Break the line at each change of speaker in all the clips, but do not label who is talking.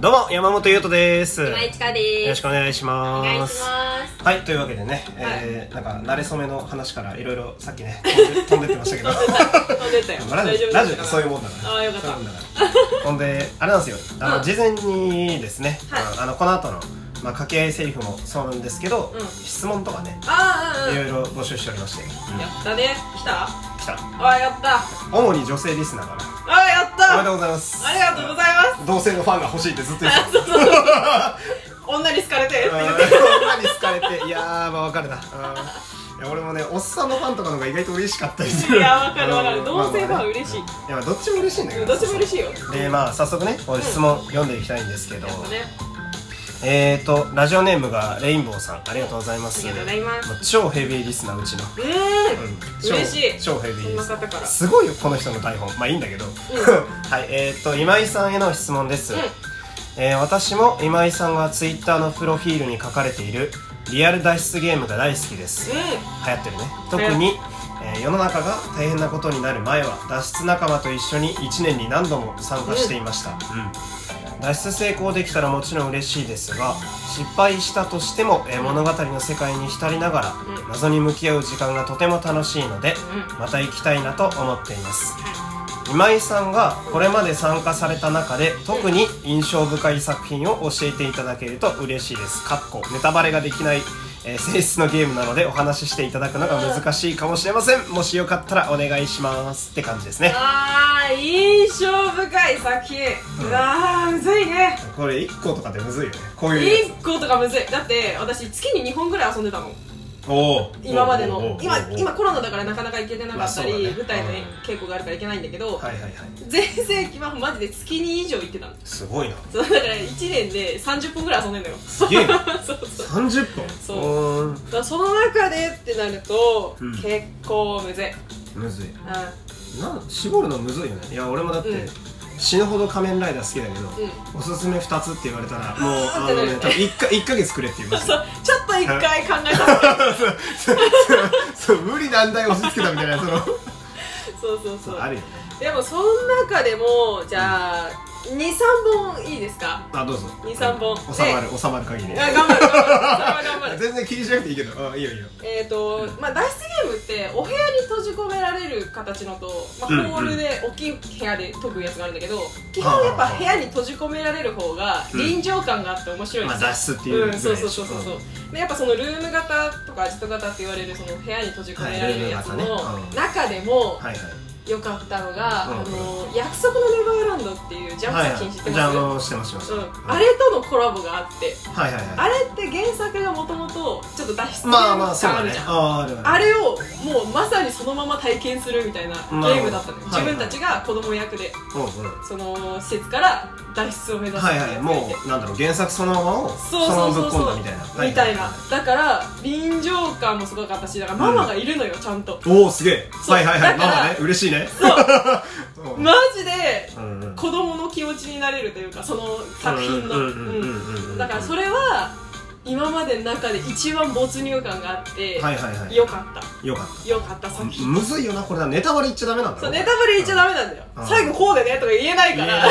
どうも山本優斗ですよ
今井ちかです。
ろしくお願いし
お
ます
願いします。
はいというわけでね、えー、なんか慣れ初めの話からいろいろさっ きね飛んで飛んでってましたけど
飛んでたよ。
ラジオラジオってそういう
う。
もんだから
あーよかった
そういうもんだからほんであれなんですよあの、
うん
事前にですね、
はい
あのあのこの後のまあ掛け合いセリフもそうなんですけど、
うん
質問とかね
ああ、うん
い
うん。
ろいろ募集しておりまして、うん
やったね。来た
来た
ああ、やった。あ
主に女性リスナーから
あ、や
お
っ
めで
た。
とうございます
ありがとうございます。
す同性のファンが欲しいってずっと言 ってた
女に好かれてって
こん
言っ
なに好かれていやーまあ分かるなうんいや俺もねおっさんのファンとかの方が意外と嬉しかったりする
いやわかるわかる
うん
同性ファン嬉しい
まあまあねいやまあどっちも嬉しいんだけ
て。
ど
どっちも嬉しいよ。
でまあ早速ねこう質問読んでいきたいんですけど、
やったね。
えーとラジオネームがレインボーさんありがとうございます
ありがとうございます
もう超ヘビーリスナーうちの、
うーん。
超
嬉しい
超ヘビーリスナ
そんな方か
ー
ら
すごいよこの人の台本まあいいんだけど、 はいえーと今井さんへの質問です、
うん
えー私も今井さんがツイッターのプロフィールに書かれているリアル脱出ゲームが大好きです
う
流
ん。
行ってるね特に、えー世の中が大変なことになる前は脱出仲間と一緒に1年に何度も参加していました、うん脱出成功できたらもちろん嬉しいですが失敗したとしても、えー物語の世界に浸りながら、
うん
謎に向き合う時間がとても楽しいので、
うん
また行きたいなと思っています今井さんがこれまで参加された中で特に印象深い作品を教えていただけると嬉しいですかっこネタバレができない、えー性質のゲームなのでお話ししていただくのが難しいかもしれませんもしよかったらお願いしますって感じですね
ああ、印象深い作品。うわあ、むずいね。
これ1個とかでむずいよねこういうや
1個とかむずい。だって、私、月に2本ぐらい遊んでたもん。
つおお
今まで
おー
の
おー
今
おー
今コロナだからなかなか行けてなかったり、
まあそうだね
舞台の
うん
稽古があるから行けないんだけど、
はいはいはい
全盛期はマジで月に以上行ってたの
すごいな
そうだから1年で30分ぐらい遊んでんだよ
すげえな
そうそう
30本
そう
うーん
だからその中でってなると、
うん
結構むずい、うん、
むずいなん絞るのむずいよねいや俺もだって、
うん
死ぬほど仮面ライダー好きだけど、
う
おすすめ2つって言われた らもう
あー
あ
っ
の
てなる
ね
よね
多分 1, か1ヶ月くれって言い まし
そ
た
うちょっと一回考えた
そう無理難題押し付けたみたいな その
そうそうそう
あるよね
でもその中でもじゃあ23本いいですか
あどうぞ
二三本
収まる収まる限り
あ頑張る 頑張る頑張る
全然気にしなくていいけどあいいよいいよ
えーとまあ、脱出ゲームってお部屋に閉じ込められる形のと、ま
うんうん
あ、ホールで大きい部屋で解くやつがあるんだけど基本やっぱ部屋に閉じ込められる方が
うん
臨場感があって面白いん
ま
で
あ
すよ、、
脱出っていううんぐらい
そう
でし
そ
ょ
うそうそうそうでやっぱそのルーム型とかアジト型って言われるその部屋に閉じ込められるやつの
はいルーム型ねうん
中でも
はいはい
良かったの
う
が「
ん
あの約束のネバーランド」っていうジャンプ作品知って
じゃあ
ま
あ
す、
のしてますしてます
うん、あれとのコラボがあって
はいはいは
あ
い
れって原作がもともとちょっと脱出ゲーム
まあまあそう
感
だ
ある
ね
じゃん
あーある
あ
る
れをもうまさにそのまま体験するみたいなゲームだったの
なる
よ、
ほど
自分たちが子供役で
うんうん
その施設から脱出を目指すっ
は
て
い
いうや
はい
つがい
も
て
うなんだろう原作そのままをそ
そう
のままぶ
そ
っ
うそうそう
込んだみたいなはい
みたいなだから臨場感もすごかったしだからママがいるのよちゃんと、
おおすげえ
そう
はいはいはい
だから
ママね嬉しいね そう
マジで
うんうん
子供の気持ちになれるというかその作品
う
の
んうんうんうんうん
うんだからそれは今までの中で一番没入感があって、
はいはいはい
よかっ
よかった
よかった作
た
品、
むずいよなこれなネタバレ言っちゃダメなんだ
そうネタバレ言っちゃダメなんだよ、
うん
最後こうでねとか言えないから、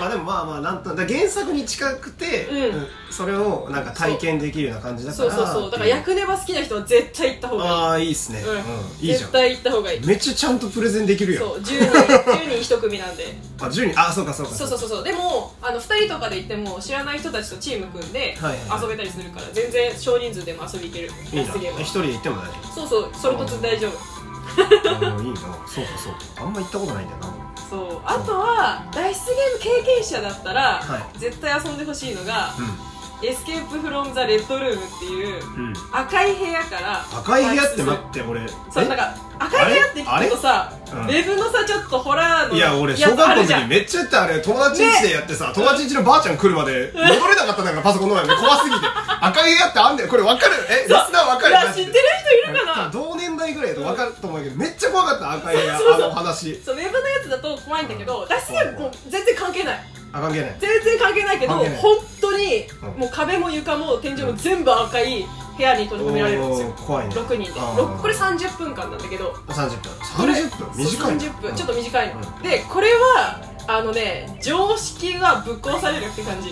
まあでもまあまあなんとだから原作に近くて、
うん
うんそれをなんか体験できるような感じだか
そ
ら
うそうそうだから役ネバ好きな人は絶対行った方が
ああーいいっすね、
いい、
うん
うん、
いいじゃ
絶
ん
対行った方がいい
めっちゃちゃんとプレゼンできるよ
そう10人10人1組 なんで
あ10人あそうかそうか
そうそうそうそうでもあの2人とかで行っても知らない人たちとチーム組んで
はいはい
遊べたりするから全然少人数でも遊び行ける
いいな
脱出ゲーム
一人で行っても大丈
そうそうそれこそ大丈夫
夫うんいいなそうかそうかあんま行ったことないんだよな
そうあとは脱出ゲーム経験者だったら、
は
絶対遊んでほしいのが「エスケープ・フロム・ザ・レッドルーム」っていう
うんうん
赤い部屋から
赤い部屋って
脱出する
待って俺
そう
え
なんか赤い部屋って聞くとさ、
あれあれ
ウェブのさちょっとホラーの
いや俺
つ
小学校
あ
の
る
時
じゃん
めっちゃやったあれ友達ん家でやってさ友達ん家のばあちゃん来るまで戻れなかったんだからパソコンの前で怖すぎて赤い部屋ってあんだよこれ分かるえリスナー分かる
いや知ってる人いるかな
同年代ぐらいだと分かると思うけどめっちゃ怖かった赤い部屋
そうそう
あの話
そうウェブのやつだと怖いんだけど脱出ゲームもう全然関係ない
あ関係ない
全然関係ないけど
関係ない
本当に
うん
もう壁も床も天井も全部赤い部屋に閉じ込められるんです
お
よ
ー怖いね
6人で
あー
ろこれ30分間なんだけど
30分
これ
30分短い
そう30分ちょっと短いの、
う
でこれはあのね常識がぶっ壊されるって感じ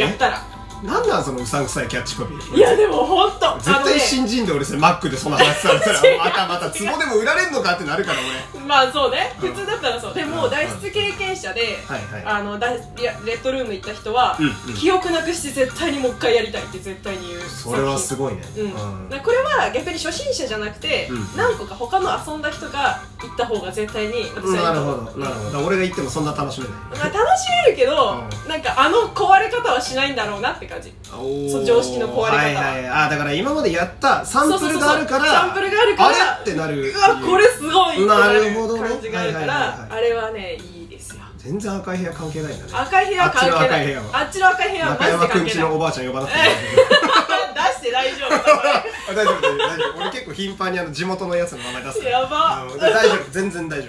やったら
なんなんそのうさんくさいキャッチコピー
いやでも本当あ
絶
のね
対新人で俺それマックでそんな話され たらまたまたツボでも売られんのかってなるから
まあそうね
うん
普通だったらそうでも
うん
脱出経験者で、
はいはい
あの脱出いやレッドルーム行った人は、
うんうん
記憶なくして絶対にもう一回やりたいって絶対に言う
俺それはす
ご
ごいね
うんだからこれは逆に初心者じゃなくて、
うん
何個か他の遊んだ人が行った方が絶対に
うん
私
な
は
る
いいと
ほ
思う
どなるほどだから俺が言ってもそんな楽しめない
まあ楽しめるけど、
う
なんかあの壊れ方はしないんだろうなって感じ
おー
そう常識の壊れ方
はいはいあーだから今までやったサンプルがあるから
そうそうそうサンプルがあるから
あれってなるっていう
うわこれすごいって
な
な
るほど
る
ね
感じがあるか
はいはいはい
ら
は
あれはねいいですよ
全然赤い部屋関係ないんだね
赤い部屋は関係ないあっちの赤い部屋は
中
マ
山く
ジ
ん
で
ち
関係な
の
い
おばあちゃん呼ばなくて
出して大丈夫
大丈夫大丈夫大丈夫俺結構頻繁にあの地元のやつの名前出すから
やば
あの大丈夫全然大丈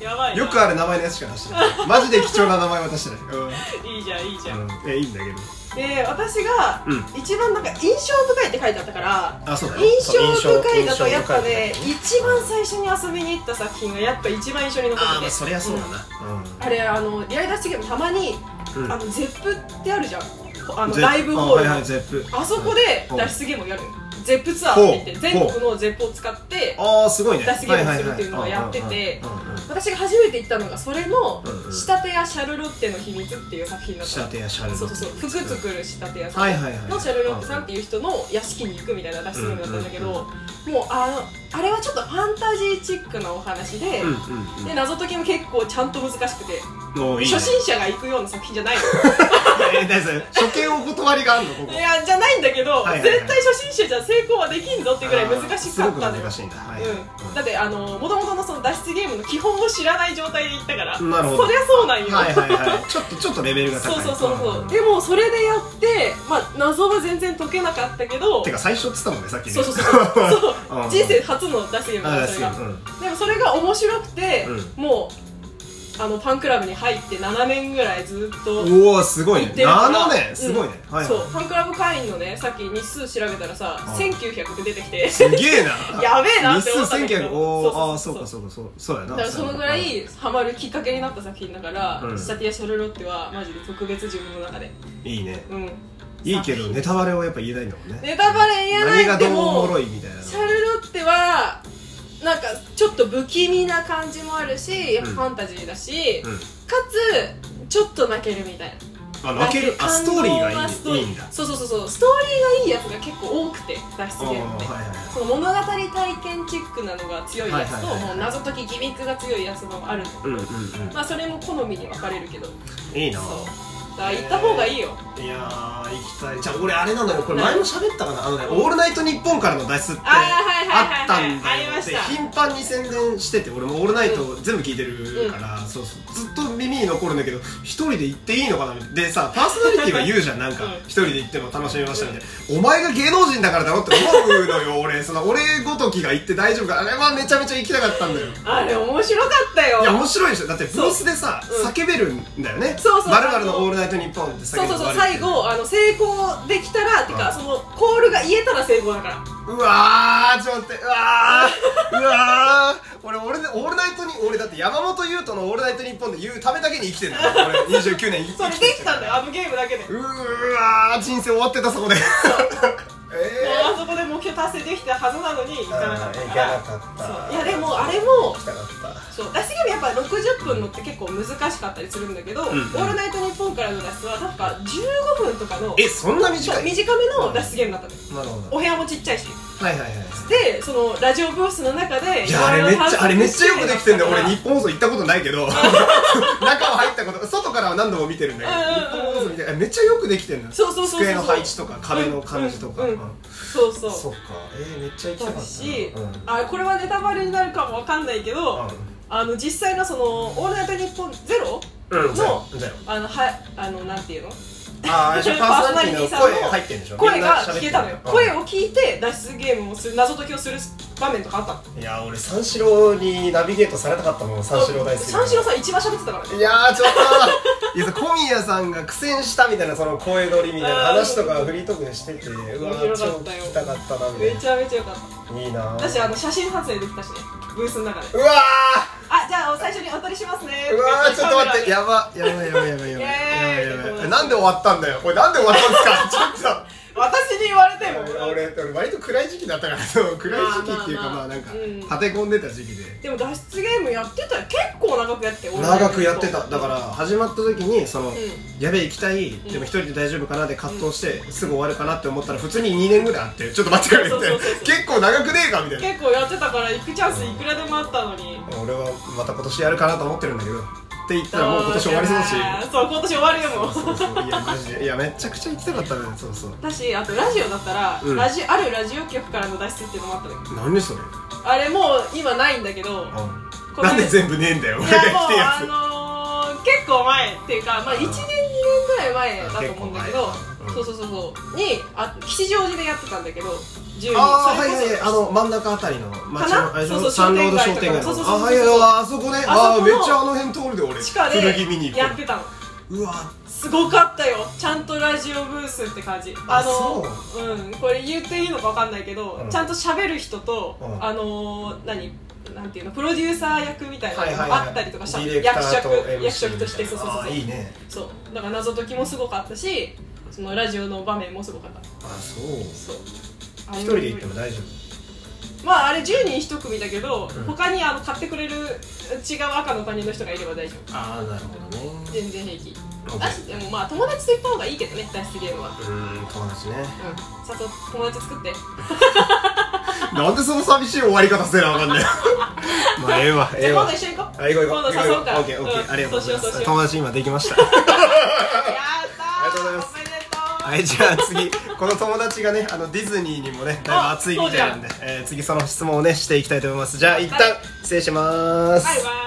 やばい
夫
な
よくある名前のやつしか出してないマジで貴重な名前は出してないうん
いいじゃんいいじゃん、
うんいやいいんだけど
で私が
うん
一番なんか印象深いって書いてあったから
あそうだね
印象深いだとやっぱね
印象深い
一番最初に遊びに行った作品がやっぱ一番印象に残って
あ
て
あまあそりゃそうだ
ん
な
あれあのリアルダッシュゲームたまに、
うん
あのゼップってあるじゃんあの
ゼップ
ライブホール
あ
の
はいはいゼップ
あそこで
うん
脱出ゲームをやるゼップツアーって言って
ほう
全国のゼップを使って
ああすごいね
脱出ゲームするっていうのをやってて
はいはいはいうんうんうんうん
私が初めて行ったのがそれの
うんう
「
ん
仕立て屋シャルロッテの秘密」っていう作品だっ
仕
たの
立てやシャル
そうそうそう服作る仕立て屋さん
はいはいはい
のシャルロッテさんっていう人の屋敷に行くみたいな脱出ゲームだったんだけど
う
もうあのあれはちょっとファンタジーチックなお話で
うんうん
で謎解きも結構ちゃんと難しくて
うんもういいね
初心者が行くような作品じゃない
え大丈夫初見お断りがあるのここ
のいやじゃないんだけど、
はいはいはい
絶対初心者じゃ成功はできんぞっていうぐらい難しかった
あー
の
すごく難し
よ
いんだはい
うん、だってあのもともとのその脱出ゲームの基本を知らない状態で行ったから
なるほど
そりゃそうなんよ、
はいはいはいちょっとちょっとレベルが
そ
高
う
い
そうそうそう、
ん
でもそれでやって、まあ、謎は全然解けなかったけど
てか最初っつったもんねさっきね
そうそうそうそう
うん
人生初の脱出ゲー ム
あ
だ
あ
ったそ
す
れ
ごいう
が
ん
でもそれが面白くて、
う
もうあのファンクラブに入って7年ぐらいずっと
おおすごい
行
ね
ってるから
7
うん
年すごいねはい
そうファンクラブ会員のねさっき日数調べたらさ、
うん
1900って出てきて
すげえな
やべえな
日
って
数
思ったんだけ
1900
ど
おおああーそう
う
かそうかそうそうやな
だからそのぐらいハマるきっかけになった作品だから
うん
「シタティア・シャルロッテ」はマジで特別自分の中で
いいね
うん
いいけどネタバレをやっぱ言えないんだもんね
ネタバレ言えない
何が
で
どうおも
も
ろいみたいな
シャルロッテはなんかちょっと不気味な感じもあるしやっぱ
うん
ファンタジーだし、
うん
かつちょっと泣けるみたいな
あ泣けるあストーリーがい
感動はスト
いいいいんだ
そうそうそうそうストーリーがいいやつが結構多くて脱出ゲームって
あーはいはいはい
その物語体験チックなのが強いやつと、
はいはいはいはい
もう謎解きギミックが強いやつもあるんだけど、
うんうんうん
まあそれも好みに分かれるけど
いいな
そうだから行った方がいいよ、
いやー行きたいじゃあ俺あれなのよこれ
何
前も喋ったかなあのね「オールナイトニッポン」からの脱出って
あーはいはい
あ
はいはい
ったんだよ
ありました
で頻繁に宣伝してて俺も「オールナイト」全部聞いてるから、そうそうずっと耳に残るんだけど一人で行っていいのかなでさパーソナリティは言うじゃんなんか
うん
一人で行っても楽しめましたみたいな、お前が芸能人だからだろって思うのよ俺その俺ごときが行って大丈夫かあれはめちゃめちゃ行きたかったんだよ
あれ面白かったよ
いや面白いでしょだってブースでさ、
そううん
叫べるんだよね
そうそう
〇〇のオールナイトニッポン」って叫
そう
べ
そうそう
る
最後あの成功できたらてかそのコールが言えたら成功だから
うわーちょっと待ってうわーうわー俺俺でオールナイトに俺だって山本優斗の「オールナイトニッポン」で言うためだけに生きてん だよ俺29年生き
それできたんだよあのゲームだけでも
うー
う
わー人生終わってたそこでえ
あそこで目標達成できたはずなのに行
え
かなかったからそういやでもあれ
も
も
きたかった
そう脱出ゲームやっぱ60分のって結構難しかったりするんだけど「
んうん
オールナイトニッポン」からの脱出は確か15分とかの
えそんな短
そう
い
短めの脱出ゲームだったのよ
なるほ
お部屋もちっちゃいし
どはいはいはい
でそのラジオブースの中で
いやあれめっちゃあれめっちゃよくできてんだよ俺日
に
本放送行ったことないけど中は入ったこと外からは何度も見てるんだけど日
うんうん
本放
うん
送見てめっちゃよくできてんだよ
そうそうそうそう
机の配置とか壁の感じとか、
うんうんそうそう
そっかえー、めっちゃ行きたか
だ
ったな
し、
うん
あこれはネタバレになるかもわかんないけど、あの実際のその「オールナイトニッポンゼロ
うんうんゼロ
の
ゼロ
あのはあのなんていうの
あーあれでしょパーソナリティの声が入ってんでしょ
声が聞けたのよ、声
を
を聞いて脱出ゲームをする謎解きをする場面とかあったの
いや俺三四郎にナビゲートされたかったもん三四郎大好き
三四郎さん一番喋ってたからね
いやーちょっといや小宮さんが苦戦したみたいなその声取りみたいな話とかフリートークでしててうわー
面
超
白かったよ
聞きたかったなみた
め
い
ちゃめちゃよかった
ないいなー
私あの写真撮影できたしねブースの中で
うわ
あじゃゃあ最初にお撮りしますね
うわーちょっと待って
や
やばやばいやばいやばいやばいやばい
イエーイ
やばいえなんで終わったんだよこれなんで終わったんですか
私に言われ
ち
て
ょっと
も
俺俺割と暗い時期だったから そう暗い時期っていうか
まあ
ま
まあまあ
あなんか
うん
立て込んでた時期で
でも脱出ゲームやってたよ結構長くやってたよ
長くやってただから始まった時にその、
ん
やべえ行きたいでも一人で大丈夫かなで葛藤して、すぐ終わるかなって思ったら普通に2年ぐらいあってちょっと待ってくれみたい
そ
な
うそうそうそう
結構長くねえかみたいな
結構やってたから行くチャンスいくらでもあったのに
俺はまた今年やるかなと思ってるんだけどって言ったらもう今年終わりそうだし
そう今年終わるよもう
そうそうそういやマジでいやめちゃくちゃ行きたかったねそうそう
私あとラジオだったら、
うん
ラジあるラジオ局からの脱出っていうのもあったのよ
何それ
あれもう今ないんだけどこれ
なんで全部ねえんだよ
い
俺が
や
来
も
て
う
るやつ
あのー、結構前っていうか、まあ、1年2年ぐらい前だと思うんだけど
あ結構前、うん
そうそうそうそうにあ吉祥寺でやってたんだけど10人
ああはい
そ
はい
れ
はい
こ
あの真ん中あたりの町
か
の
な
あれでし
そ
ょ
うそう
サンロード商店街の
商店街とかそうそう
あ
そう
はいああそこねあ
あ
あ
そこ
めっ
の
ちゃあの辺通るで俺
地下で
古着見に行
やっ
く
てたの
うわ
すごかったよちゃんとラジオブースって感じ
あ
あのうんこれ言っていいのかわかんないけど、
うん
ちゃんと喋る人と、
うん
あのー、何なんていうのプロデューサー役みたいな
はい
の
はい
が
はい
あったりとかした、
ディレクタ
役
ー
職
と MC
役職としてそうそうそう
あーいいね
そうだから謎解きもすごかったしそのラジオの場面もすごかった
あそう
そう
一人で行っても大丈
まああれ10人1組だけ
う
ど、
ん
他にあの買ってくれる違う赤の他人の人がいれば大丈
夫ああなるほど
夫
ね
全然平気
オッケ
だ
ー
しでもまあ友達と行った方がいいけどね脱出ゲームは
うーん友達ね
うんちゃんと友達作って
なんでその寂しい終わり方せなあかん ねんまあええわ
じ
ええ
ゃあ今
わ
度一緒に行こう
あ行こう行こう
今度誘うから
行こう行こうオッケーオッケ
う
ー
ん
ありがとうございま
そうしようそうしよ
す
う
友達今できました
やったー
ありがとうございます
おめでとう、
はいじゃあ次この友達がねあのディズニーにもねだいぶ熱いみたいなんでえー次その質問をねしていきたいと思いますじゃあ一
はい
旦失礼します
バイバイ